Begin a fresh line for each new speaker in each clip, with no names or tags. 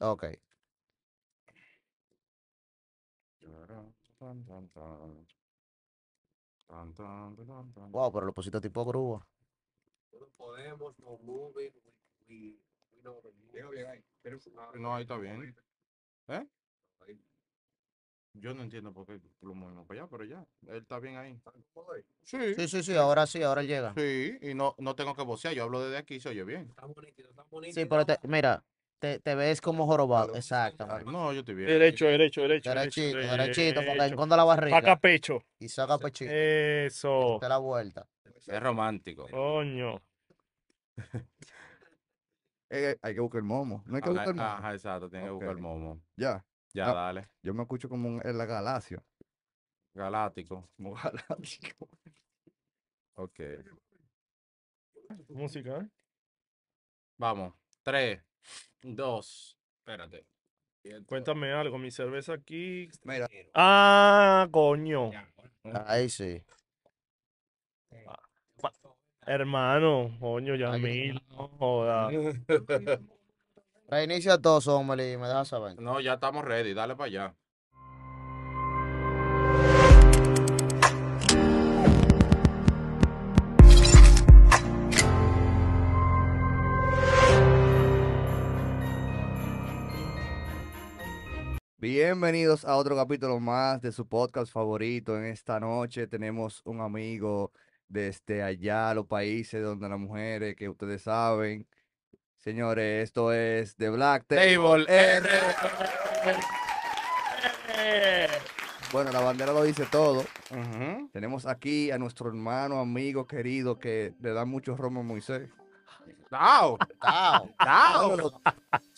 Ok. Wow, pero lo pusiste tipo grubo.
Podemos, no moving, we, we know the bien ahí. No, ahí está bien.
¿Eh? Yo no entiendo por qué lo movimos para allá, pero ya. Él está bien ahí. Sí.
Sí, sí, sí, ahora sí, ahora él llega.
Sí, y no, no tengo que vocear. Yo hablo desde aquí y se oye bien.
Está bonito, está bonito.
Sí, pero te- mira, te, te ves como jorobado. Exactamente.
No, yo estoy bien.
Derecho, derecho, derecho.
Derechito,
derecho,
derechito, porque
derecho.
enconda la
Saca
barriga
pecho.
y saca pechito.
Eso.
Te la vuelta.
Es romántico.
Coño.
Eh, hay que buscar el momo. No hay que
Ajá,
buscar el momo.
ajá, exacto. Tienes que buscar el
Ok.
momo.
Ya.
Ya,
Ah.
dale.
Yo me escucho como un- en la galaxia.
Galáctico.
Como galáctico.
Ok.
Música. ¿eh?
Vamos. Tres, dos. Espérate.
Cuéntame algo. Mi cerveza aquí.
Mira.
Ah, coño.
Ahí sí.
Hermano. Coño, ya
Ay,
mil. No joda.
Reinicia todo, Someli, y me dejas saber.
No, ya estamos ready. Dale para allá.
Bienvenidos a otro capítulo más de su podcast favorito. En esta noche tenemos un amigo desde allá, los países donde las mujeres, que ustedes saben. Señores, esto es The Black Table.
Table R.
Bueno, la bandera lo dice todo.
Ujú.
Tenemos aquí a nuestro hermano, amigo, querido, que le da mucho romo a Moisés.
Dao,
Tao,
dao,
me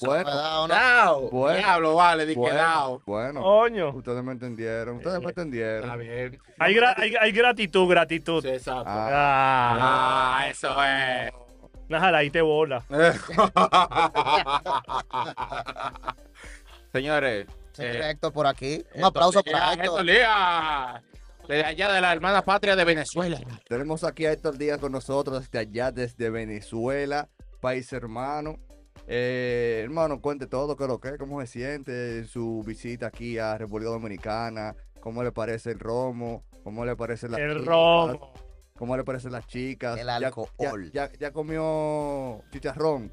Bueno,
da una-
dao.
Bueno.
Diablo, vale, di que
bueno,
dao.
bueno.
Coño.
Ustedes me entendieron, ustedes
Eh,
me entendieron.
Está bien.
Hay, gra- hay, hay gratitud, gratitud.
Sí, exacto.
Ah.
Ah.
Ah, eso es.
Nájala, ahí te bola.
Señores,
Señor
eh,
Héctor por aquí. Un aplauso
Héctor
para
Lía, Héctor
Héctor.
Lía, de allá de la hermana patria de Venezuela.
Tenemos aquí a Héctor Díaz con nosotros desde allá, desde Venezuela, país hermano. Eh, hermano, cuente todo, qué es lo que, cómo se siente su visita aquí a República Dominicana, cómo le parece el romo, cómo le parece la
El romo.
cómo le parecen las chicas.
El
Ya- ya-
alcohol.
Ya, ya comió chicharrón,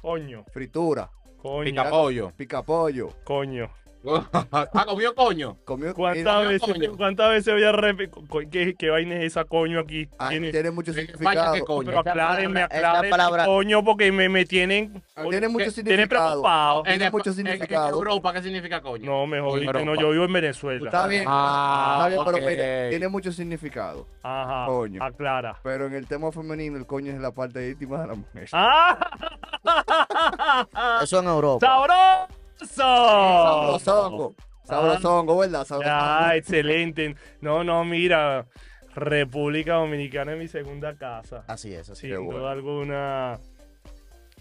Coño.
fritura,
Coño.
Pica pollo.
picapollo,
Coño.
ah, comió coño.
comió...
¿Cuántas
no,
veces,
coño.
¿Cuántas veces voy a repetir? ¿Qué, qué vaina es esa coño aquí?
Ah,
Tiene-
tiene mucho
¿Qué Vaya que
significado.
Pero
coño.
Esa
aclárenme,
palabra- esa
aclárenme,
palabra-
coño, porque me, me tienen,
Tiene
tienen
mucho significado.
preocupado.
Eh,
tiene
en-
mucho
en
significado.
Europa, ¿qué significa coño?
No, mejor
Coño,
no,
ropa.
yo vivo en Venezuela.
Está bien,
Ah,
está bien, pero mira,
ok.
tiene mucho significado.
Ajá,
Coño.
aclara.
Pero en el tema femenino, el coño es la parte íntima de la mujer.
¡Ah!
Eso en Europa.
¡Sabroso!
Sabrosongo. Sabrosongo, ¿verdad? Sabrosongo.
Ya, excelente. No, no, mira, República Dominicana es mi segunda casa.
Así es, así
Sin
es.
Qué bueno.
duda alguna,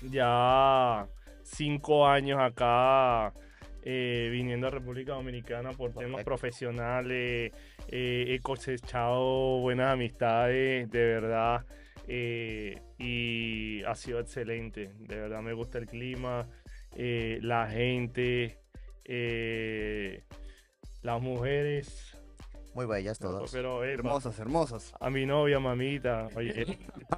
ya cinco años acá eh, viniendo a República Dominicana por temas
Correcto.
profesionales, eh, he cosechado buenas amistades, de verdad, eh, y ha sido excelente. De verdad me gusta el clima, eh, la gente, eh, las mujeres,
Muy bellas todas.
pero epa,
Hermosas, hermosas.
a mi novia, mamita. Oye,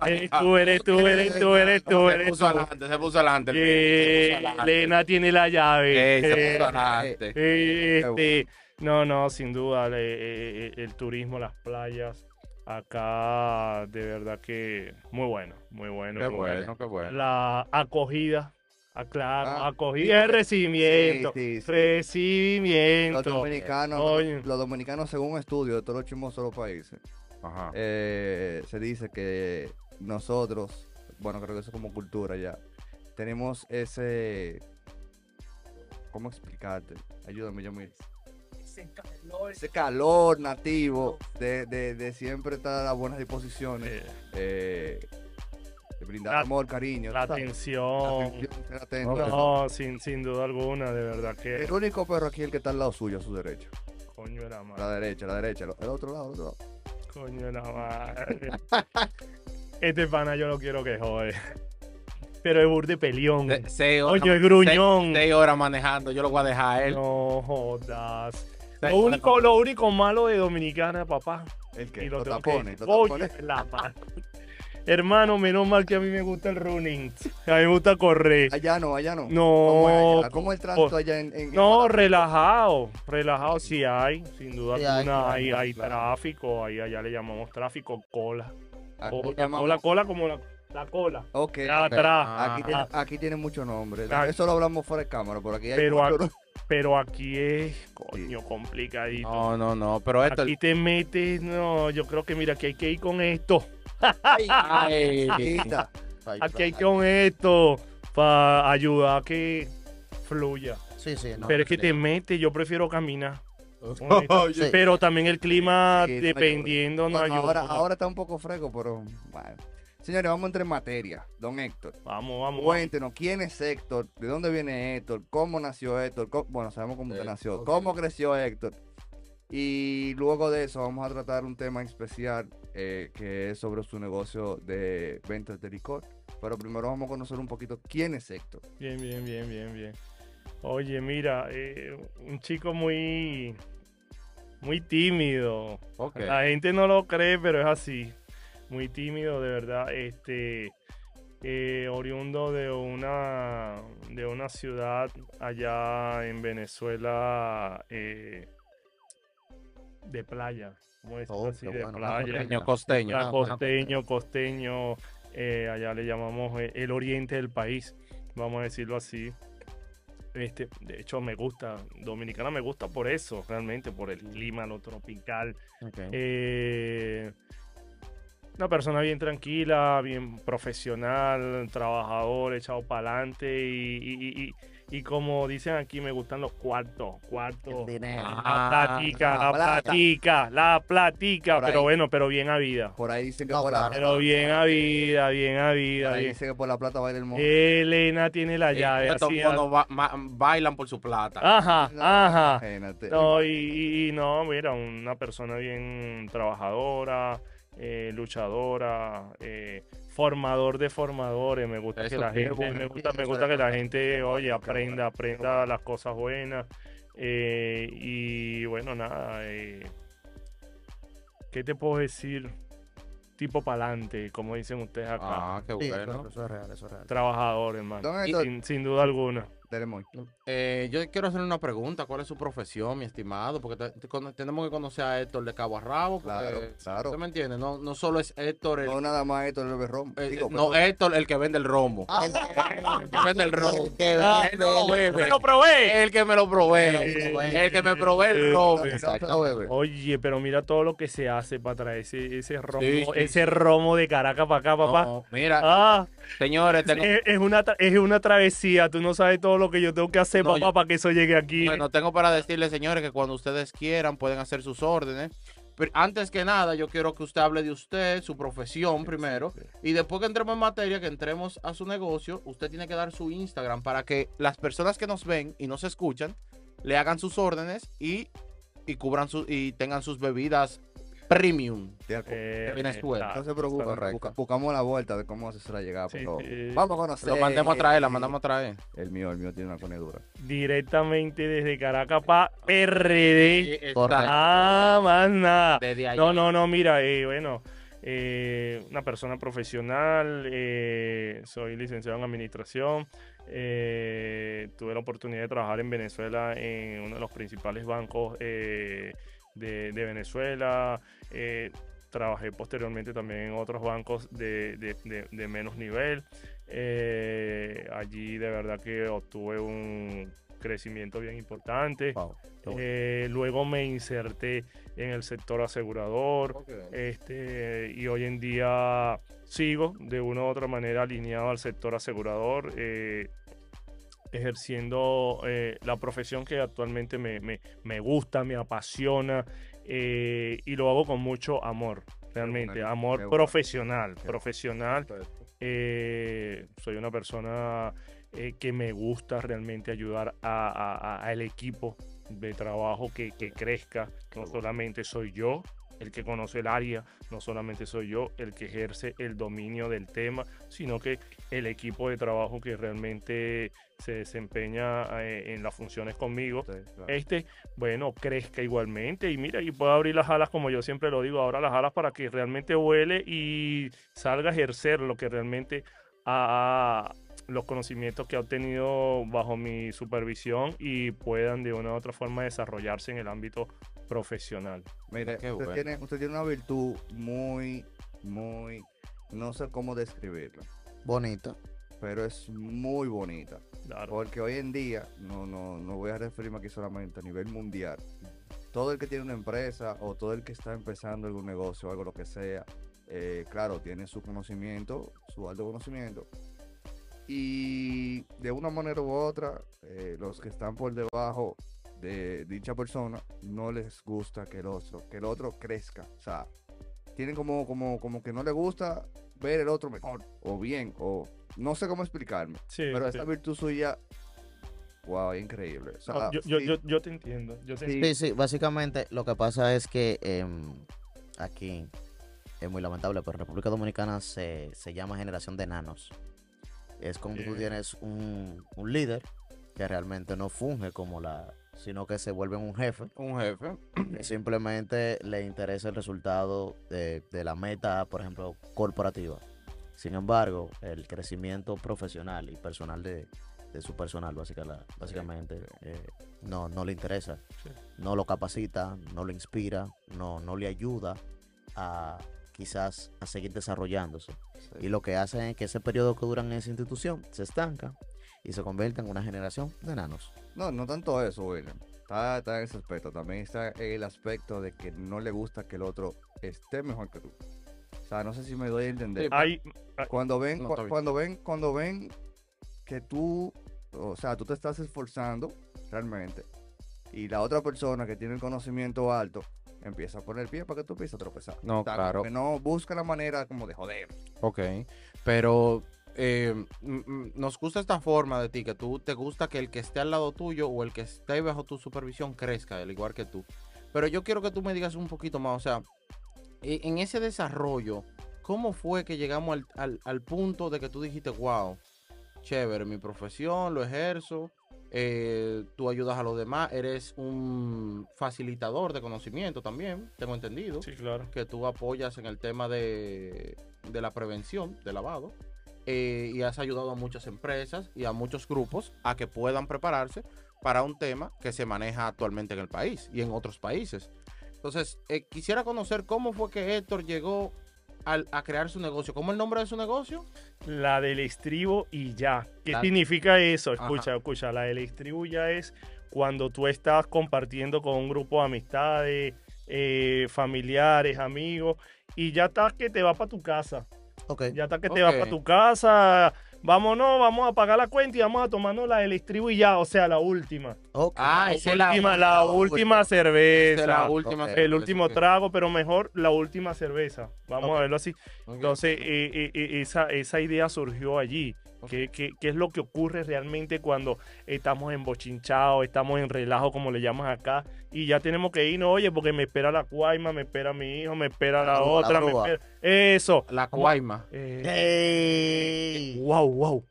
eres tú, eres tú, eres tú, eres tú,
Se
eres
puso
tú.
adelante, se puso adelante.
Eh, Elena tiene la llave.
Eh, se
Eh,
puso adelante.
eh, este, no, no, sin duda, le- eh, eh, el, turismo, las playas, acá de verdad que muy bueno, muy bueno.
Qué
muy bueno.
bueno, qué bueno.
La acogida, aclaro,
Ah,
acogida,
sí.
el recibimiento,
Sí, sí, sí.
recibimiento.
Los dominicanos,
Coño.
los dominicanos, según un estudio de todos los chismosos de los países,
Ah.
Ajá.
eh, se dice que nosotros, bueno, creo que eso es como cultura ya, tenemos ese. ¿Cómo explicarte? Ayúdame, Yamil. Ese calor nativo de, de, de siempre estar a buenas disposiciones.
Eh,
eh, de brindar
La-
amor, cariño.
la
tú sabes.
atención.
Atención, ser atento.
No, sin, sin duda alguna, de verdad que
El único perro aquí es el que está al lado suyo, a su derecha.
coño de la madre.
La derecha, la derecha, el otro lado, el otro lado.
Coño de la madre. Este pana yo lo quiero que jode. pero es burde peleón.
Se- seis horas-
Coño, es gruñón.
seis- seis horas manejando, yo lo voy a dejar a él.
No jodas.
Seis
Lo
horas
único, lo único malo de Dominicana, papá.
¿El qué?
Y lo
Los
tengo
tapones,
que...
los
Oye,
tapones.
la madre. Hermano, menos mal que a mí me gusta el running. A mí me gusta correr.
Allá no, allá no. ¿Cómo es
No, Oh.
allá? ¿Cómo es el tránsito allá en, en-
No, relajado, relajado sí hay, sin duda
Sí hay,
alguna hay,
claro,
hay
claro.
tráfico, ahí allá le llamamos tráfico, cola.
Aquí
O-
llamamos-
cola, cola como la, la cola.
Ok,
Atrás.
aquí, tiene,
Ah.
aquí tiene muchos nombres.
Ah.
Eso lo hablamos fuera de cámara, por aquí hay
Pero
mucho
aquí-
nombre.
Pero aquí es, coño, complicadito.
No, no, no, pero esto.
Aquí te metes, no, yo creo que mira, aquí hay que ir con esto.
Ay,
Quita.
Ay,
Aquí hay que ir
ay,
con esto para ayudar a que fluya.
Sí, sí, no.
Pero es que te metes, yo prefiero caminar.
Sí.
Pero también el clima,
Sí, no ayuda.
dependiendo, no
Bueno,
ayuda.
ahora, ahora está un poco fresco, pero bueno. Señores, vamos a entrar en materia. Don Héctor,
Vamos, vamos.
cuéntenos, ¿quién es Héctor? ¿De dónde viene Héctor? ¿Cómo nació Héctor? ¿Cómo- Bueno, sabemos cómo usted
Eh,
nació.
ok.
¿Cómo creció Héctor? Y luego de eso vamos a tratar un tema en especial eh, que es sobre su negocio de ventas de licor. Pero primero vamos a conocer un poquito quién es Héctor.
Bien, bien, bien, bien, bien. Oye, mira, eh, un chico muy, muy tímido.
ok.
La gente no lo cree, pero es así. Muy tímido, de verdad. Este, eh, oriundo de una, de una ciudad allá en Venezuela eh, de playa. ¿Cómo decirlo
Oh,
así?
qué
De
bueno, una
playa.
Costeño,
Ah,
costeño.
Era costeño, costeño, eh, allá le llamamos eh, el oriente del país, vamos a decirlo así. Este, de hecho, me gusta, Dominicana me gusta por eso, realmente, por
Mm.
el clima, lo tropical.
Ok.
Eh, una persona bien tranquila, bien profesional, trabajador, echado para adelante y, y- y- y- y como dicen aquí, me gustan los cuartos, cuartos.
El dinero.
Ah,
La platica,
Ah, la
la
plata.
platica, la platica,
Por ahí.
pero bueno, pero bien a vida.
Por ahí dicen que,
No,
por, la,
claro.
Pero bien a vida, bien a
por
vida.
ahí
bien.
dicen que por la plata baila el mono.
Elena tiene la
Eh,
llave.
estos
así, Ah,
monos ba- ma- bailan por su plata.
Ajá,
No,
ajá.
Imagínate.
No, y, y- y no, mira, una persona bien trabajadora, eh, luchadora, eh, formador de formadores. Me gusta que
Eso,
la
qué
gente,
bueno.
me gusta,
Eso
me
es
gusta que la
bueno,
gente, oye,
bueno, qué
aprenda,
bueno,
aprenda las cosas buenas. eh, y bueno, nada, eh, ¿qué te puedo decir? Tipo pa'lante, como dicen ustedes acá.
Ah, qué
Sí,
bueno.
claro, eso es real, eso es real.
Trabajador, hermano.
Don Héctor,
Sin, sin duda alguna.
tenemos hoy.
Eh, yo quiero hacerle una pregunta. ¿Cuál es su profesión, mi estimado? Porque te- te- cono- tenemos que conocer a Héctor de cabo a rabo. porque-
Claro, claro.
¿Usted me entiende? eh, No, no solo es Héctor el,
No nada más Héctor el Berrón.
eh,
Digo, pues.
no,
perdón.
Héctor el que vende el
Ah,
romo. El que vende el romo. Él Ah, no lo bebe.
probé!
El que me lo provee.
Eh,
El que me provee el romo.
No, no, bebé.
Oye, pero mira todo lo que se hace para traer ese, ese romo,
sí,
ese
sí.
romo de Caracas para acá, papá.
No, mira,
Ah,
señores, tengo,
es, es una tra- es una travesía. Tú no sabes todo lo que yo tengo que hacer,
No,
papá,
yo-
para que eso llegue aquí.
Bueno, tengo para decirles, señores, que cuando ustedes quieran pueden hacer sus órdenes. Pero antes que nada, yo quiero que usted hable de usted, su profesión primero, y después que entremos en materia, que entremos a su negocio, usted tiene que dar su Instagram para que las personas que nos ven y nos escuchan le hagan sus órdenes y, y cubran su, y tengan sus bebidas premium.
De alcohol.
Eh,
Venezuela.
está-
No se preocupen,
está
busca-
correcto.
buscamos la vuelta de cómo hacer la llegada, por
Sí,
favor.
eh,
Vamos a conocer. eh,
Lo mandemos a traer, la mandamos a traer.
El mío, el mío tiene una conedura.
Directamente desde Caracas para PRD.
correcto.
Ah, más nada.
Desde ahí.
No, no, no, mira, eh, bueno, eh, una persona profesional, eh, soy licenciado en administración, eh, tuve la oportunidad de trabajar en Venezuela en uno de los principales bancos eh, de, de Venezuela, eh, trabajé posteriormente también en otros bancos de, de- de- de menos nivel, eh, allí de verdad que obtuve un crecimiento bien importante.
Wow, qué bueno.
Eh, luego me inserté en el sector asegurador este, y hoy en día sigo de una u otra manera alineado al sector asegurador, eh, ejerciendo eh, la profesión que actualmente me, me- me gusta, me apasiona eh, y lo hago con mucho amor, realmente,
bueno,
amor
qué bueno.
profesional,
bueno.
profesional eh, soy una persona eh, que me gusta realmente ayudar a- a- a- al equipo de trabajo que, que crezca. No solamente soy yo, el que conoce el área, no solamente soy yo el que ejerce el dominio del tema, sino que el equipo de trabajo que realmente se desempeña eh, en las funciones conmigo
Sí, claro.
este, bueno, crezca igualmente y mira, y pueda abrir las alas, como yo siempre lo digo, ahora las alas para que realmente vuele y salga a ejercer lo que realmente ha, ha- los conocimientos que ha obtenido bajo mi supervisión y puedan de una u otra forma desarrollarse en el ámbito profesional.
Mire,
Qué
usted,
bueno.
tiene, usted tiene una virtud muy, muy, no sé cómo describirla,
Bonito.
pero es muy bonita.
Claro,
Porque hoy en día, no, no, no voy a referirme aquí solamente a nivel mundial, todo el que tiene una empresa o todo el que está empezando algún negocio, algo lo que sea, eh, claro, tiene su conocimiento, su alto conocimiento. Y de una manera u otra, eh, los que están por debajo de dicha persona no les gusta que el otro, que el otro crezca. O sea, tienen como, como, como que no les gusta ver el otro mejor o bien o no sé cómo explicarme.
sí,
Pero
sí.
esa virtud suya, wow, es increíble. O sea,
No, yo, yo,
sí,
yo, yo te entiendo, yo te
Sí.
entiendo.
Sí, sí, básicamente lo que pasa es que em, aquí es muy lamentable, pero en República Dominicana se, se llama generación de nanos. Es cuando tú
Bien.
tienes un, un líder que realmente no funge como la, sino que se vuelve un jefe.
Un jefe.
que simplemente le interesa el resultado de, de la meta, por ejemplo, corporativa. Sin embargo, el crecimiento profesional y personal de, de su personal, básica- la- básicamente, eh, no, no le interesa.
Sí.
No lo capacita, no lo inspira, no, no le ayuda a quizás a seguir desarrollándose. Y lo que hacen es que ese periodo que duran en esa institución se estanca y se convierte en una generación de enanos.
No, no tanto eso, William. Está, está en ese aspecto. También está el aspecto de que no le gusta que el otro esté mejor que tú. O sea, no sé si me doy a entender.
Hay,
Cuando ven,
No,
cua-
está bien.
cuando ven, cuando ven que tú, o sea, tú te estás esforzando realmente y la otra persona que tiene el conocimiento alto empieza a poner pie para que tú empieces a tropezar.
No,
O sea,
claro.
Que no busca la manera como de joder.
Ok, pero eh, m- m- nos gusta esta forma de ti, que tú te gusta que el que esté al lado tuyo o el que esté bajo tu supervisión crezca, al igual que tú. Pero yo quiero que tú me digas un poquito más, o sea, e- en ese desarrollo, ¿cómo fue que llegamos al, al- al punto de que tú dijiste, wow, chévere, mi profesión, lo ejerzo, eh, tú ayudas a los demás, eres un facilitador de conocimiento también, tengo entendido
sí, claro.
que tú apoyas en el tema de, de la prevención de lavado eh, y has ayudado a muchas empresas y a muchos grupos a que puedan prepararse para un tema que se maneja actualmente en el país y en otros países. Entonces, eh, quisiera conocer cómo fue que Héctor llegó al- a crear su negocio. ¿Cómo es el nombre de su negocio?
La del estribo y ya. ¿Qué
La-
significa eso?
Ajá.
Escucha, escucha. La del estribo ya es cuando tú estás compartiendo con un grupo de amistades, eh, familiares, amigos, y ya estás que te va para tu casa.
Ok.
Ya estás que te va
Ok.
para tu casa. Vámonos, vamos a pagar la cuenta y vamos a tomarnos la del estribo y ya. O sea, la última.
ok.
Ah,
la última, la última cerveza.
última
el último trago, pero mejor la última cerveza. Vamos a verlo así. Entonces, eh, eh, eh, esa, esa idea surgió allí.
Ok.
¿Qué, qué, qué es lo que ocurre realmente cuando estamos embochinchados, estamos en relajo, como le llamas acá, y ya tenemos que irnos, oye, porque me espera la cuaima, me espera mi hijo, me espera la,
La grúa, la
otra, me
grúa.
espera... Eso.
La Cuaima.
Eh,
Ey.
wow, wow.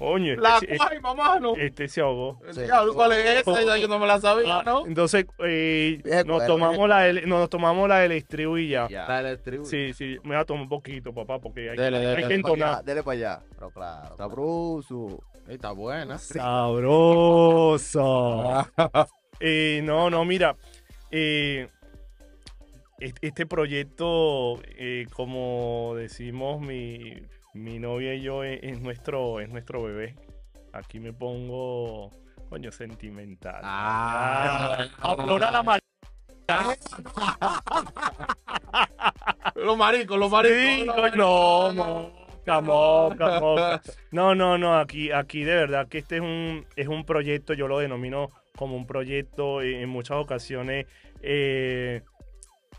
Oye,
La
este,
Cuaima, mano.
este se ahogó.
Sí.
Diablo, ¿Cuál es esa? Ya Yo no me la
Ah,
sabía, ¿no?
Entonces, eh,
Bien,
nos,
bueno,
tomamos la del, nos tomamos la del estribo y ya.
Ya.
La del estribo.
Sí, sí, me voy a tomar un poquito, papá, porque hay,
Dele, dele.
hay que entonar.
Dele para allá.
Pero claro.
Sabroso.
Ey, Está buena.
Sabroso. Eh, no, no, mira. eh, est- este proyecto, eh, como decimos mi, mi novia y yo, e-, es, es nuestro, es nuestro bebé. Aquí me pongo, coño, sentimental.
Ah.
Ah, aflora la mar-
Los maricos, los
Sí,
maricos.
coño, no, moca, moca, moca. No, no, no, aquí, aquí de verdad que este es un, es un proyecto, yo lo denomino como un proyecto, eh, en muchas ocasiones eh,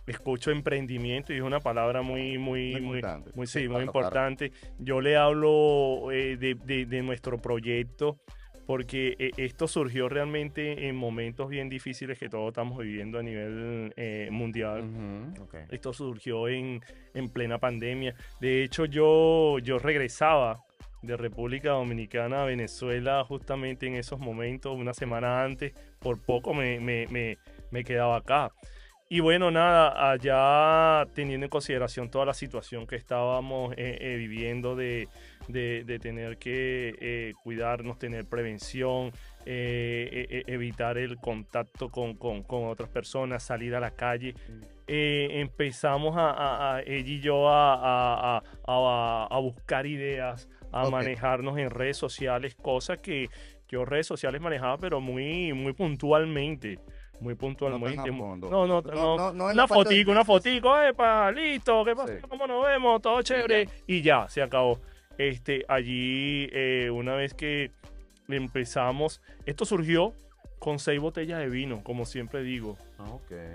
escucho emprendimiento y es una palabra muy, muy,
Muy
muy,
importante.
muy, sí,
Sí,
muy
claro, claro.
importante. Yo le hablo eh, de, de- de nuestro proyecto porque eh, esto surgió realmente en momentos bien difíciles que todos estamos viviendo a nivel eh, mundial.
Ok.
Esto surgió en, en plena pandemia. De hecho, yo, yo regresaba de República Dominicana a Venezuela justamente en esos momentos, una semana antes, por poco me, me- me- me quedaba acá. Y bueno, nada, allá teniendo en consideración toda la situación que estábamos eh, eh, viviendo de, de- de tener que eh, cuidarnos, tener prevención, eh, e- e- evitar el contacto con, con- con otras personas, salir a la calle.
Mm.
eh, empezamos a, a- a- ella y yo a, a- a- a- a buscar ideas, a
Ok.
manejarnos en redes sociales, cosas que yo redes sociales manejaba, pero muy, muy puntualmente. Muy puntualmente.
a
mu-
fondo.
no, no, no,
no en la
una
falta de
fotico, una
distancia.
fotico, epa, listo, ¿qué pasa?
Sí.
¿Cómo nos vemos? Todo chévere. Y ya, se acabó. Este, allí, eh, una vez que empezamos, esto surgió con seis botellas de vino, como siempre digo.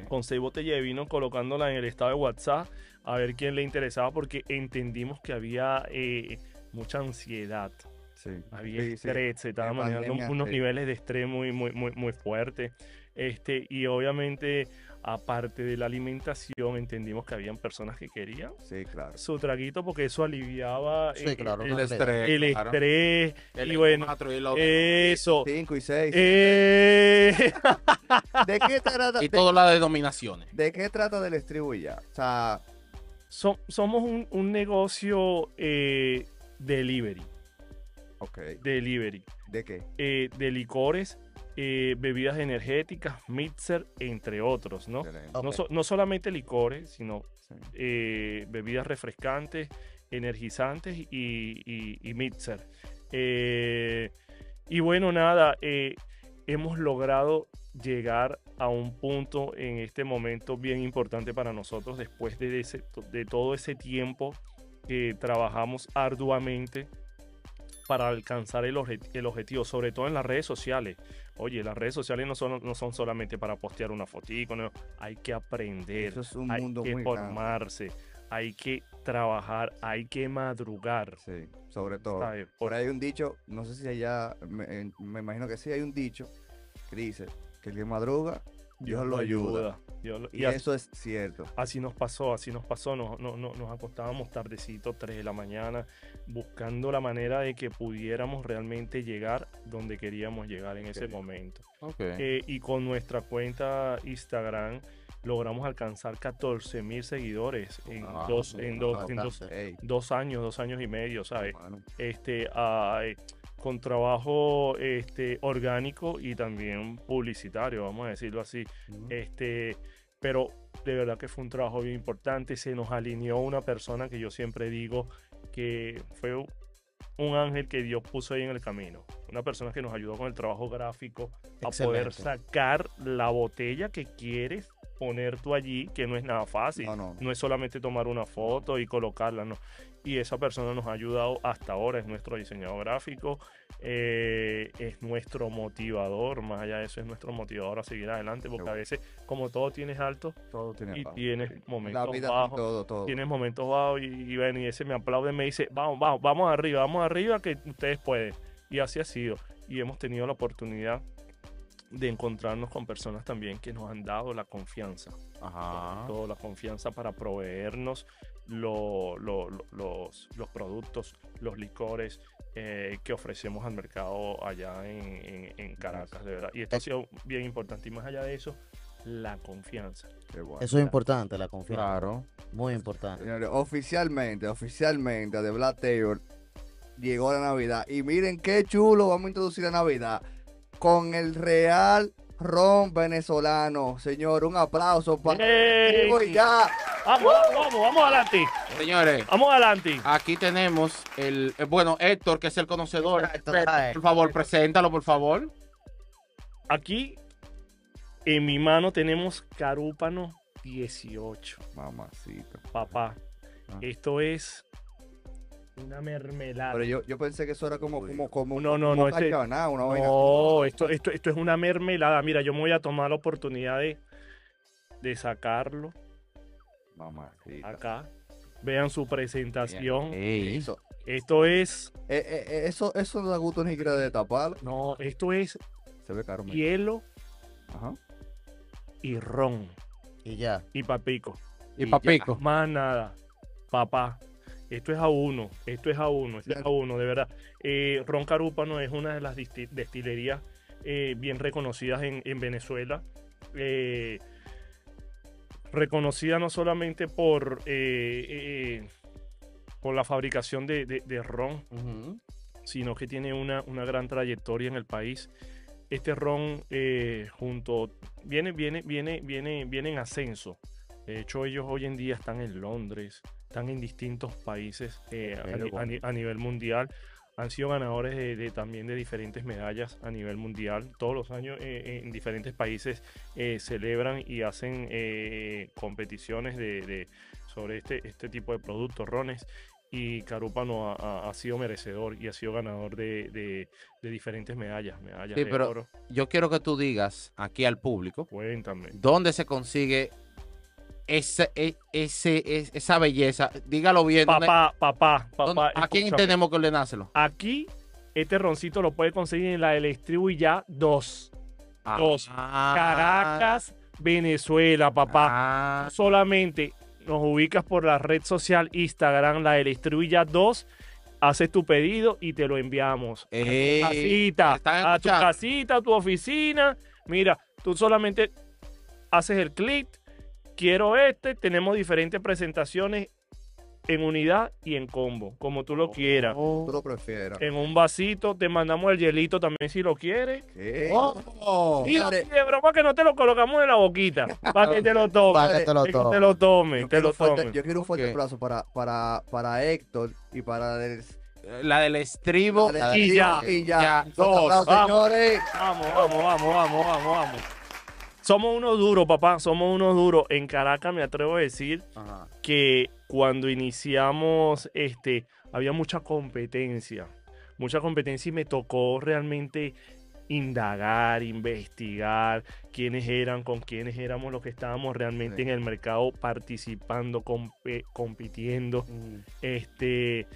Con seis botellas de vino, colocándola en el estado de WhatsApp, a ver quién le interesaba, porque entendimos que había eh, mucha ansiedad.
Sí.
Había
Sí, sí.
estrés, se estaban
En
manejando
pandemia,
unos
sí.
niveles de estrés muy, muy, muy, muy fuertes. Este, y obviamente, aparte de la alimentación, entendimos que habían personas que querían
Sí, claro.
su traguito porque eso aliviaba
Sí,
eh,
claro,
el,
una
el
atleta.
estrés. claro.
estrés.
El
y bueno, eh,
cuatro y el otro.
eso.
5 y 6.
Eh,
¿De qué trata?
y
de-
todas las denominaciones.
¿De qué trata del estribo y ya? O sea,
so- somos un, un negocio eh, delivery,
ok.
delivery.
¿De qué?
eh, de licores, eh, bebidas energéticas, mixer, entre otros, ¿no? Oh.
Excelente.
Ok.
No, so- no solamente licores, sino
Sí.
eh, bebidas refrescantes, energizantes y, y- y mixer. Eh, y bueno, nada, eh, hemos logrado llegar a un punto en este momento bien importante para nosotros después de, ese- de todo ese tiempo que trabajamos arduamente para alcanzar el, objet- el objetivo, sobre todo en las redes sociales. Oye, las redes sociales no son, no son solamente para postear una fotico, no, hay que aprender
Eso es un
hay
mundo
que
muy grande.
formarse, hay que trabajar, hay que madrugar.
Sí, sobre todo.
¿sabes?
Por
Por-
ahí hay un dicho, no sé si allá, me, en- me imagino que sí, hay un dicho que dice que el que madruga, Dios, lo ayuda.
Dios lo-
Y,
y así,
eso es cierto.
así nos pasó, así nos pasó. Nos, no- no- nos acostábamos tardecito, 3 de la mañana, buscando la manera de que pudiéramos realmente llegar donde queríamos llegar en ese momento. Eh, y con nuestra cuenta Instagram logramos alcanzar 14 mil seguidores en,
Ah,
dos,
sí,
en, dos, en dos-
bastante.
Ey,
dos años, dos años y medio, ¿sabes?
hermano,
este, a- eh, con trabajo este, orgánico y también publicitario, vamos a decirlo así. este, pero de verdad que fue un trabajo bien importante. Se nos alineó una persona que yo siempre digo que fue un ángel que Dios puso ahí en el camino. Una persona que nos ayudó con el trabajo gráfico a poder
Excelente.
sacar la botella que quieres poner tú allí, que no es nada fácil
No, no.
no es solamente tomar una foto y colocarla, no. Y esa persona nos ha ayudado hasta ahora, es nuestro diseñador gráfico, eh, es nuestro motivador, más allá de eso es nuestro motivador a seguir adelante, porque a
Seguro.
veces como todo tienes altos,
Todo tiene
Y
bajo,
tienes
sí. La
momentos
vida tiene
bajos,
todo, todo.
tienes momentos bajos y, y bueno, y ese me aplaude, me dice, vamos, vamos, vamos arriba, vamos arriba, que ustedes pueden. Y así ha sido. Y hemos tenido la oportunidad de encontrarnos con personas también que nos han dado la confianza
Ajá.
toda la confianza para proveernos lo- lo- lo- los, los productos, los licores eh, que ofrecemos al mercado allá en, en- en Caracas, de verdad. Y esto ha sido bien importante. Y más allá de eso, la confianza.
Qué bueno.
Eso es importante, la confianza.
Claro.
Muy importante.
Señores, oficialmente, oficialmente, de Black Taylor llegó la Navidad. Y miren qué chulo, vamos a introducir la Navidad con el Real Ron venezolano. Señor, un aplauso para.
¡Ey!
Digo, y ya.
Ah, Vamos, vamos, vamos adelante.
Señores,
Vamos adelante.
aquí tenemos el. eh, Bueno, Héctor, que es el conocedor.
Exacto,
Héctor,
trae.
Por favor, preséntalo, por favor.
Aquí en mi mano tenemos Carúpano 18.
Mamacita.
Papá,
Ah.
esto es una mermelada.
Pero yo, yo pensé que eso era como, como, como
No, no,
como
no, este-
cachaná, una vaina.
No, Oh, esto, esto, esto es una mermelada. Mira, yo me voy a tomar la oportunidad de, de sacarlo
Mamacita.
acá. Vean su presentación.
Eso,
Esto es,
Eh, eh, eh, eso, eso no da gusto ni siquiera de tapar.
no, esto es
Se ve caro. men.
hielo
Ajá.
y ron
Y ya.
y papico.
Y
ya,
papico.
Más nada, papá. Esto es a uno, esto es a uno, esto es a uno, de verdad. Eh, ron Carúpano es una de las disti- destilerías eh, bien reconocidas en, en Venezuela. Eh, reconocida no solamente por, eh, eh, por la fabricación de- de- de ron,
Ujú.
sino que tiene una, una gran trayectoria en el país. Este ron eh, junto viene, viene, viene, viene, viene en ascenso. De hecho, ellos hoy en día están en Londres, están en distintos países eh, a,
Pero
ni- a ni- a nivel mundial. Han sido ganadores de, de- también de diferentes medallas a nivel mundial. Todos los años eh, en diferentes países eh, celebran y hacen eh, competiciones de, de- sobre este, este tipo de productos, rones. Y Carúpano ha- ha, ha sido merecedor y ha sido ganador de, de- de diferentes medallas. medallas
Sí,
de
pero-
oro.
Yo quiero que tú digas aquí al público
Cuéntame.
dónde se consigue ese, e- ese, es- esa belleza. Dígalo bien. ¿dónde-
Papá, papá,
dónde-
papá.
¿A quién
escúchame.
tenemos que ordenárselo?
Aquí, este roncito lo puede conseguir en la del Estribo y ya dos. Dos.
Ah,
Caracas, Venezuela, papá.
ah,
Solamente nos ubicas por la red social Instagram, la del Estribo y ya dos. Haces tu pedido y te lo enviamos.
eh,
casita,
¿están
a tu
escuchando?
casita, a tu oficina. Mira, tú solamente haces el clic, quiero este, tenemos diferentes presentaciones en unidad y en combo, como tú lo quieras.
Tú lo prefieras.
En un vasito, te mandamos el hielito también si lo quieres.
¿Qué?
Oh,
Y
Dale.
así de broma que no te lo colocamos en la boquita, para que te lo tomes.
Para que te lo
te
tome.
lo tome,
Yo
te
quiero
lo
un fuerte-
tome.
Yo quiero un fuerte
Ok.
aplauso para, para, para Héctor y para del-
la del estribo.
para del-
y ya,
y ya.
ya,
Fuerte
dos,
aplauso,
vamos.
señores.
Vamos, vamos, vamos, vamos, vamos, vamos. Somos unos duros, papá, somos unos duros. En Caracas me atrevo a decir
Ajá.
que cuando iniciamos, este, había mucha competencia, mucha competencia y me tocó realmente indagar, investigar quiénes eran, con quiénes éramos los que estábamos realmente
Sí.
en el mercado participando, compe- compitiendo, este,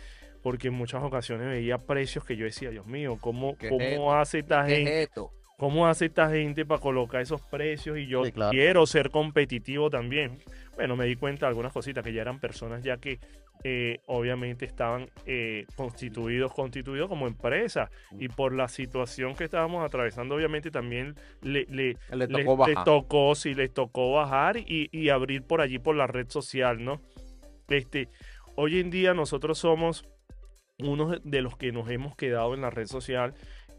porque en muchas ocasiones veía precios que yo decía, Dios mío, ¿cómo,
¿Qué es
cómo hace esta
¿Qué
gente?
es esto?
¿Cómo hace esta gente para colocar esos precios? Y yo
Sí, claro.
quiero ser competitivo también. Bueno, me di cuenta de algunas cositas que ya eran personas ya que eh, obviamente estaban eh, constituidos, constituidos como empresa.
Mm.
Y por la situación que estábamos atravesando, obviamente también le, le-
Le
les-
tocó bajar.
les tocó, sí, les tocó bajar y, y abrir por allí por la red social, ¿no? Este, hoy en día nosotros somos unos de los que nos hemos quedado en la red social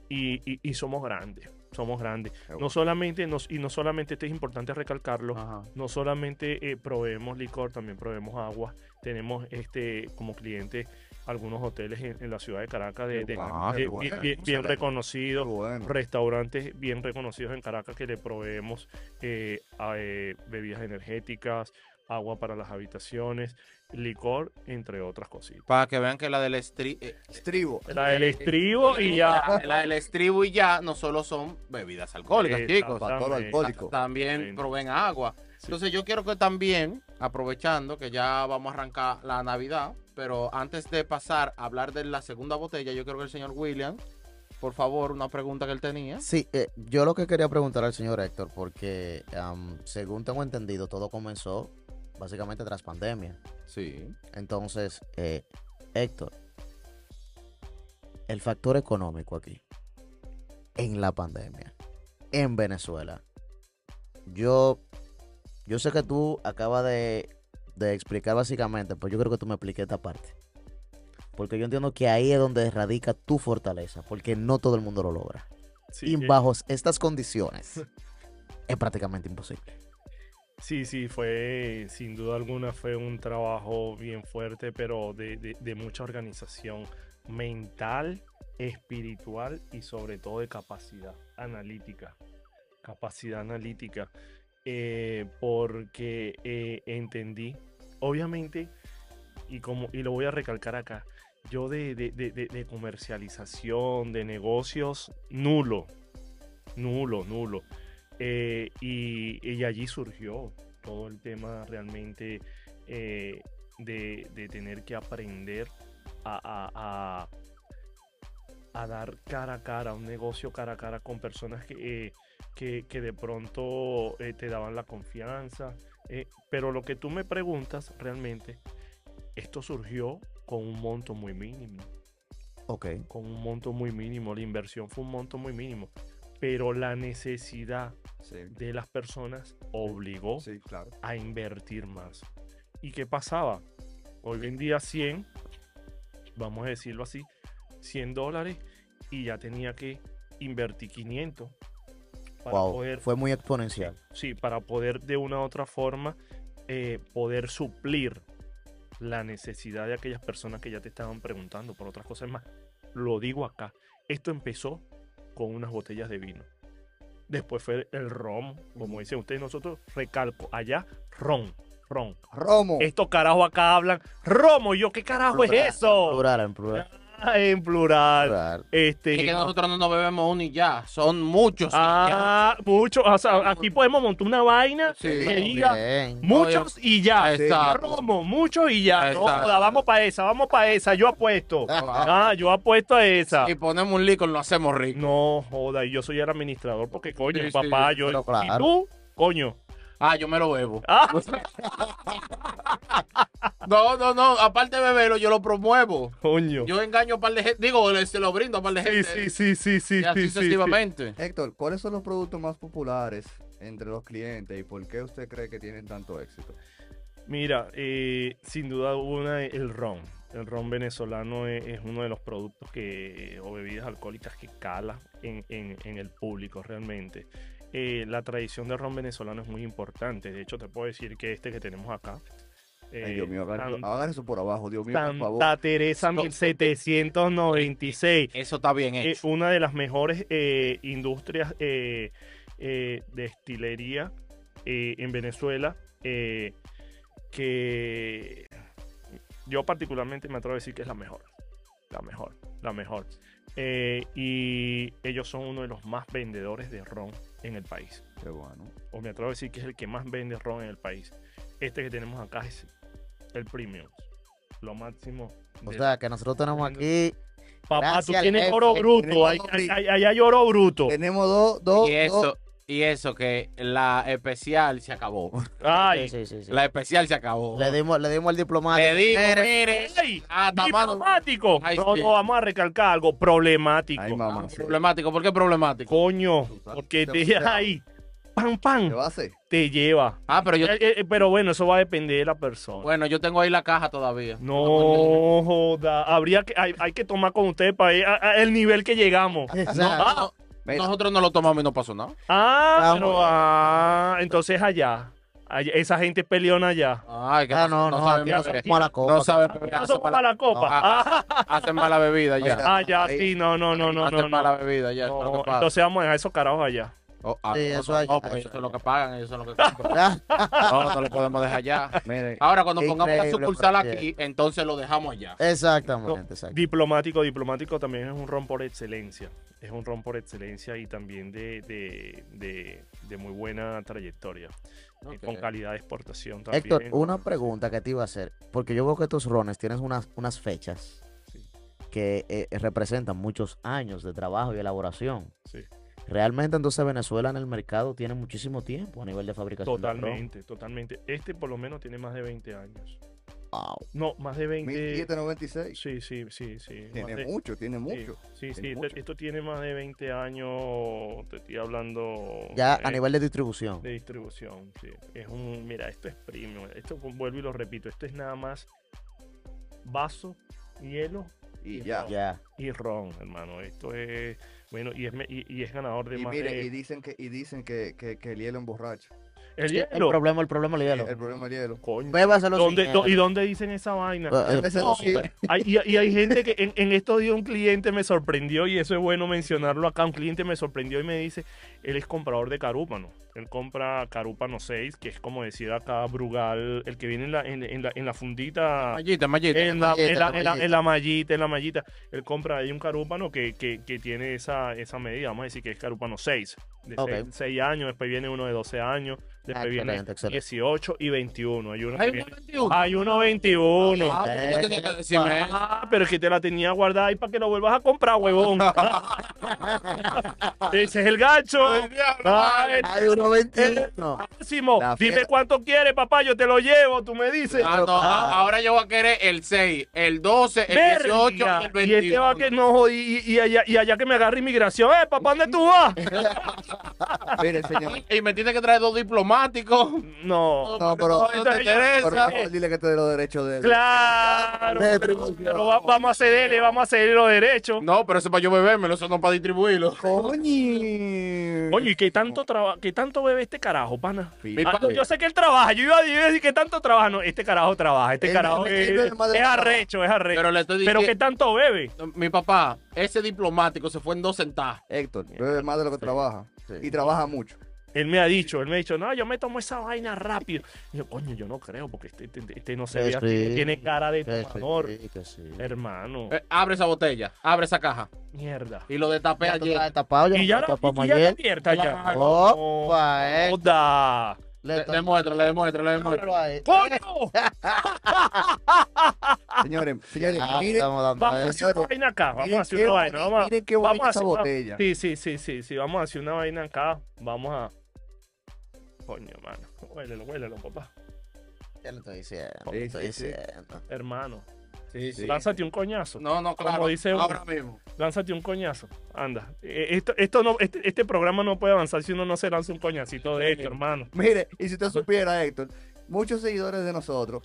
y, y- y somos grandes, somos grandes. No solamente, nos, y no solamente, esto es importante recalcarlo,
Ah.
Ajá.
no solamente eh, proveemos licor, también proveemos agua. Tenemos este como clientes algunos hoteles en, en la ciudad de Caracas de,
Qué
de- de-
guau, qué
bien-
bueno.
bien, bien
Qué
reconocidos
bueno.
restaurantes bien reconocidos en Caracas que le proveemos eh, a, eh, bebidas energéticas, agua para las habitaciones, licor, entre otras cositas.
Para que vean que la del estribo.
Estribo.
La del estribo
eh,
y ya.
La, la del estribo y ya no solo son bebidas alcohólicas,
Eh,
chicos.
Para todo lo
Exactamente.
alcohólico.
También
Sí.
proveen agua.
Sí.
Entonces yo quiero que también, aprovechando que ya vamos a arrancar la Navidad, pero antes de pasar a hablar de la segunda botella, yo quiero que el señor William, por favor, una pregunta que él tenía.
Sí, eh, yo lo que quería preguntar al señor Héctor, porque am, según tengo entendido, todo comenzó básicamente tras pandemia.
Sí.
Entonces, eh, Héctor, el factor económico aquí, en la pandemia, en Venezuela, yo, yo sé que tú acabas de, de explicar básicamente, pero yo creo que tú me expliques esta parte. Porque yo entiendo que ahí es donde radica tu fortaleza, porque no todo el mundo lo logra.
Sí,
y
eh,
bajo estas condiciones, es prácticamente imposible.
Sí, sí, fue, sin duda alguna, fue un trabajo bien fuerte, pero de, de- de mucha organización mental, espiritual y sobre todo de capacidad analítica. Capacidad analítica. eh, porque eh, entendí, obviamente, y, como, y lo voy a recalcar acá, yo de, de- de- de- de comercialización, de negocios, nulo, nulo, nulo. Eh, y, y allí surgió todo el tema realmente eh, de, de tener que aprender a- a- a dar cara a cara, un negocio cara a cara con personas que, eh, que, que de pronto eh, te daban la confianza. eh, pero lo que tú me preguntas realmente, esto surgió con un monto muy mínimo
Ok.
con un monto muy mínimo. La inversión fue un monto muy mínimo. Pero la necesidad
Sí,
de las personas obligó
sí, claro.
a invertir más. ¿Y qué pasaba? Hoy en día 100, vamos a decirlo así, 100 dólares y ya tenía que invertir 500 para
wow.
poder
Fue muy exponencial.
Sí, para poder de una u otra forma eh, poder suplir la necesidad de aquellas personas que ya te estaban preguntando por otras cosas más. Lo digo acá. Esto empezó con unas botellas de vino. Después fue el ron, como dicen ustedes, nosotros recalco, allá ron, ron.
Romo.
Estos carajos acá hablan romo, y yo qué carajo es
Plural,
eso.
Plural, en plural.
Ah, en plural.
plural.
Este,
Es que nosotros no nos bebemos uno y ya, son muchos. y
ah, mucho, o sea, aquí podemos montar una vaina
Sí.
que
Bien.
diga
Bien.
Muchos y ya.
Sí. Exacto.
Romo, muchos y ya. No,
Exacto.
joda, vamos para esa, vamos para esa. Yo apuesto. Ah, yo apuesto a esa.
ya. Y ponemos un licor, lo hacemos rico.
No, joda, y yo soy el administrador porque, coño,
Sí, sí,
papá, yo.
pero
¿Y
claro.
tú? Coño.
Ah, yo me lo bebo.
Ah,
No, no, no. Aparte de beberlo, yo lo promuevo.
coño.
Yo engaño a un par de gente. Digo, le- se lo brindo a un par de
Sí,
gente.
sí, sí, sí, sí.
Y así
sí, sí, sí.
sucesivamente.
Héctor, ¿cuáles son los productos más populares entre los clientes y por qué usted cree que tienen tanto éxito?
Mira, eh, sin duda alguna, el ron. El ron venezolano es, es uno de los productos que, o bebidas alcohólicas que cala en, en- en el público realmente. Eh, la tradición del ron venezolano es muy importante. De hecho, te puedo decir que este que tenemos acá.
Ay,
eh,
Dios mío, hagan,
San-
hagan eso por abajo, Dios mío, por favor.
Santa Teresa 1796
Eso está bien
eh,
hecho.
una de las mejores eh, industrias eh, eh, de destilería eh, en Venezuela eh, que yo particularmente me atrevo a decir que es la mejor, la mejor, la mejor. Eh, y ellos son uno de los más vendedores de ron en el país.
Qué bueno.
O me atrevo a decir que es el que más vende ron en el país. Este que tenemos acá es el premium. Lo máximo.
O
de-
sea, que nosotros tenemos aquí.
Papá,
gracias
tú
al
tienes
jefe,
oro bruto.
tenemos
Ahí
oro
ahí-
bruto.
ahí- ahí hay oro bruto.
Tenemos dos, dos,
Y eso,
dos.
y eso, que la especial se acabó.
Ay,
Sí, sí, sí, sí.
La especial se acabó.
Le dimos, le dimos el diplomático.
Le digo, mire,
¡Ey!
ah, está mano-
Diplomático.
Ay,
No,
sí.
no, vamos a recalcar algo problemático.
Ay, mamá. sí.
problemático. ¿Por qué problemático?
Coño, porque
Te-
te
te-
ahí, pam,
¿Qué
pam,
va a hacer?
te lleva.
Ah, pero yo,
Eh, eh, eh, pero bueno, eso va a depender de la persona.
bueno, yo tengo ahí la caja todavía.
No joda, habría que hay, hay que tomar con ustedes para ver a- a- el nivel que llegamos.
Exacto.
No,
Mira,
nosotros no lo tomamos y no pasó nada.
Ah,
Vamos.
pero, ah, entonces allá, allá, esa gente peleona allá.
Ay, que
Ah, no, no, aquí
saben
no
beber.
somos a la copa.
No saben beber,
Ah,
hacen
somos
mala,
para la copa.
No, ah,
Ah,
hacen mala bebida ya.
allá sí, no, no, no, no, no,
hacen
no.
mala bebida ya. eso es lo
No,
que pasa.
entonces vamos a dejar esos carajos allá.
Oh, ah,
Sí,
no,
eso
no,
hay-
no, porque
eso
eso es
hay.
lo que pagan, eso es lo que compran.
Ah,
No, no lo podemos dejar allá.
miren,
Ah,
Ahora, cuando pongamos la
Increíble,
sucursal
Frankie.
aquí, entonces lo dejamos allá.
Exactamente, exacto.
Diplomático, diplomático también es un ron por excelencia. Es un ron por excelencia y también de, de, de- de muy buena trayectoria. Y Con
Ok.
calidad de exportación también.
Héctor, una pregunta que te iba a hacer, porque yo veo que tus rones tienes unas, unas fechas
Sí.
que eh, representan muchos años de trabajo y elaboración.
Sí,
Realmente entonces Venezuela en el mercado tiene muchísimo tiempo a nivel de fabricación. de ron.
totalmente, totalmente. Este por lo menos tiene más de 20 años.
Wow.
No, más de 20.
1796.
Sí, sí, sí, sí. más
Tiene
de-
mucho, tiene
sí,
mucho.
Sí, sí,
tiene
este-
mucho.
esto tiene más de 20 años, te estoy hablando...
Ya a
eh,
nivel de distribución.
De distribución, sí. Es un, mira, esto es premium. Esto vuelvo y lo repito, esto es nada más vaso, hielo
Y ya.
Ya.
y ron, hermano. Esto es bueno y es me- y, y es ganador de
Y
más.
mire,
de-
y dicen que, y dicen que, que, que el hielo emborracha.
el
El
hielo.
problema, el problema el hielo.
El problema del hielo.
Coño.
Bébaselo sin
¿Dónde- do-
hielo.
¿Y dónde dicen esa vaina?
Eh,
Ese
no,
no sirve.
Hay- y, y hay gente que en, en estos días un cliente me sorprendió y eso es bueno mencionarlo acá. Un cliente me sorprendió y me dice, él es comprador de carúpano. Él compra carúpano 6, que es como decir acá Brugal, el que viene en la, en, en la, en la fundita.
Mallita, mallita.
En la,
mallita,
en la-
la
en la-
mallita.
en la mallita, en la mallita. Él compra ahí un carúpano que, que, que tiene esa, esa medida. Vamos a decir que es carúpano 6. De
Ok. Ah,
6, años, después viene uno de 12 años, Después viene
Excelente, excelente.
18 y 21. Hay uno
Hay
que
un
viene-
21.
Hay uno 21.
Ah, pero yo tenía que
¿eh?
decirme.
Ah, pero es que te la tenía guardada ahí para que lo vuelvas a comprar, huevón. Ese es el gancho. Ay,
Hay uno 21.
máximo.
La
Dime
fiera.
cuánto quieres, papá. Yo te lo llevo. Tú me dices.
Ah, no, ah, ahora yo voy a querer el 6, el 12, el 18 y
Verga.
el
Y este va
21.
que no, y, y- y allá, y allá que me agarre inmigración. Eh, papá, ¿dónde tú vas?
Mire, señor.
Y me tiene que traer dos diplomáticos.
No.
porque
No, pero-
no te interesa.
Por favor, dile que te dé los derechos de él.
Claro.
De
Pero,
tribución.
pero va- vamos a cederle, vamos a cederle los derechos.
No, pero eso es para yo bebérmelo, eso no es para distribuirlo.
Coño.
Oye, ¿y qué tanto, traba- qué tanto bebe este carajo, pana?
Mi
Ah,
padre.
yo sé que él trabaja, yo iba a decir que tanto trabaja. No, este carajo trabaja, este
Él-
carajo
él-
es,
él es madre-
es arrecho, es arrecho.
Pero le estoy
Pero qué
diciendo,
tanto bebe.
mi papá, ese diplomático se fue en dos centavos.
Héctor, bebe más de lo que trabaja.
Sí.
Y trabaja mucho.
Él me ha dicho, él me ha dicho, no, yo me tomo esa vaina rápido. Y yo, coño, yo no creo, porque este, este- este no se
Que
ve así, que
sí,
tiene cara de
que
tomador.
sí, que sí.
Hermano,
Eh, abre esa botella, abre esa caja
mierda.
y lo destapé
Ya tú
ayer.
estás tapado, ya
Y ya,
no
la-
tapamos
y ya está
ayer.
abierta ya.
Claro.
Opa, eh.
Joda.
Le
Le, le muestro, le demuestro, le
Ábrelo
demuestro.
ahí.
¡Coño!
Señores, señores,
Ah,
miren.
estamos dando
Vamos a
eso.
hacer una vaina acá, vamos a
Miren
hacer
qué
una vaina,
bonita-
vamos a-
miren qué
vamos
bonita
a
esa
hacer una-
botella.
Sí, sí, sí, sí, sí, vamos a hacer una vaina acá, vamos a... Coño, mano, huélelo, huélelo, papá,
Ya lo estoy diciendo.
Sí,
lo estoy
sí, sí.
diciendo.
hermano,
Sí, sí.
lánzate un coñazo,
No, no, claro.
Como dice uno.
ahora mismo.
lánzate un coñazo, anda, Eh, esto, esto no, este, este programa no puede avanzar si uno no se lanza un coñacito de esto, hermano,
Mire, y si usted supiera, Héctor, muchos seguidores de nosotros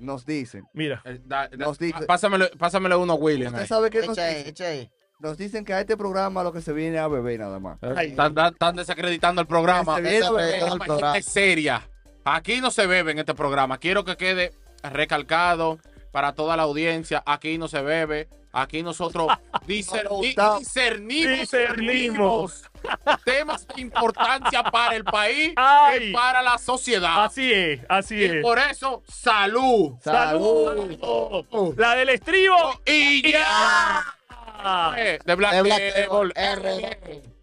nos dicen,
mira,
Eh, da- da-
Nos dice-
pásamelo, pásamelo uno a William.
usted
ahí.
sabe que nos
Echa ahí,
dicen,
echa ahí.
nos dicen que a este programa lo que se viene es a beber nada más.
Ay.
Están, están- están desacreditando el programa.
Se viene
Esa
a
fue
beber.
todo el programa.
Es seria. Aquí no se bebe en este programa. Quiero que quede recalcado para toda la audiencia. Aquí no se bebe. Aquí nosotros
No,
discerni-
no, no.
discernimos,
Discernimos.
temas de importancia para el país
Ay.
y para la sociedad.
así es, así
Y
es,
por eso, salud.
salud, la del estribo,
Y ya. Eh,
Ah.
De Black,
De Black Devil,
Devil, RD.
RD.